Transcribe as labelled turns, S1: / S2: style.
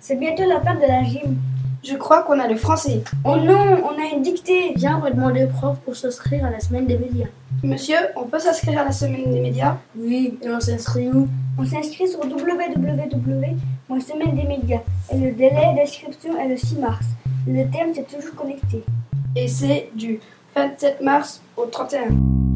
S1: C'est bientôt la fin de la gym.
S2: Je crois qu'on a le français.
S1: Oh non, on a une dictée.
S3: Viens, on va demander au prof pour s'inscrire à la semaine des médias.
S2: Monsieur, on peut s'inscrire à la semaine des médias
S3: Oui, et on s'inscrit où
S1: On s'inscrit sur www.semaine des médias. Et le délai d'inscription est le 6 mars. Le thème, c'est toujours connecté.
S2: Et c'est du 27 mars au 31.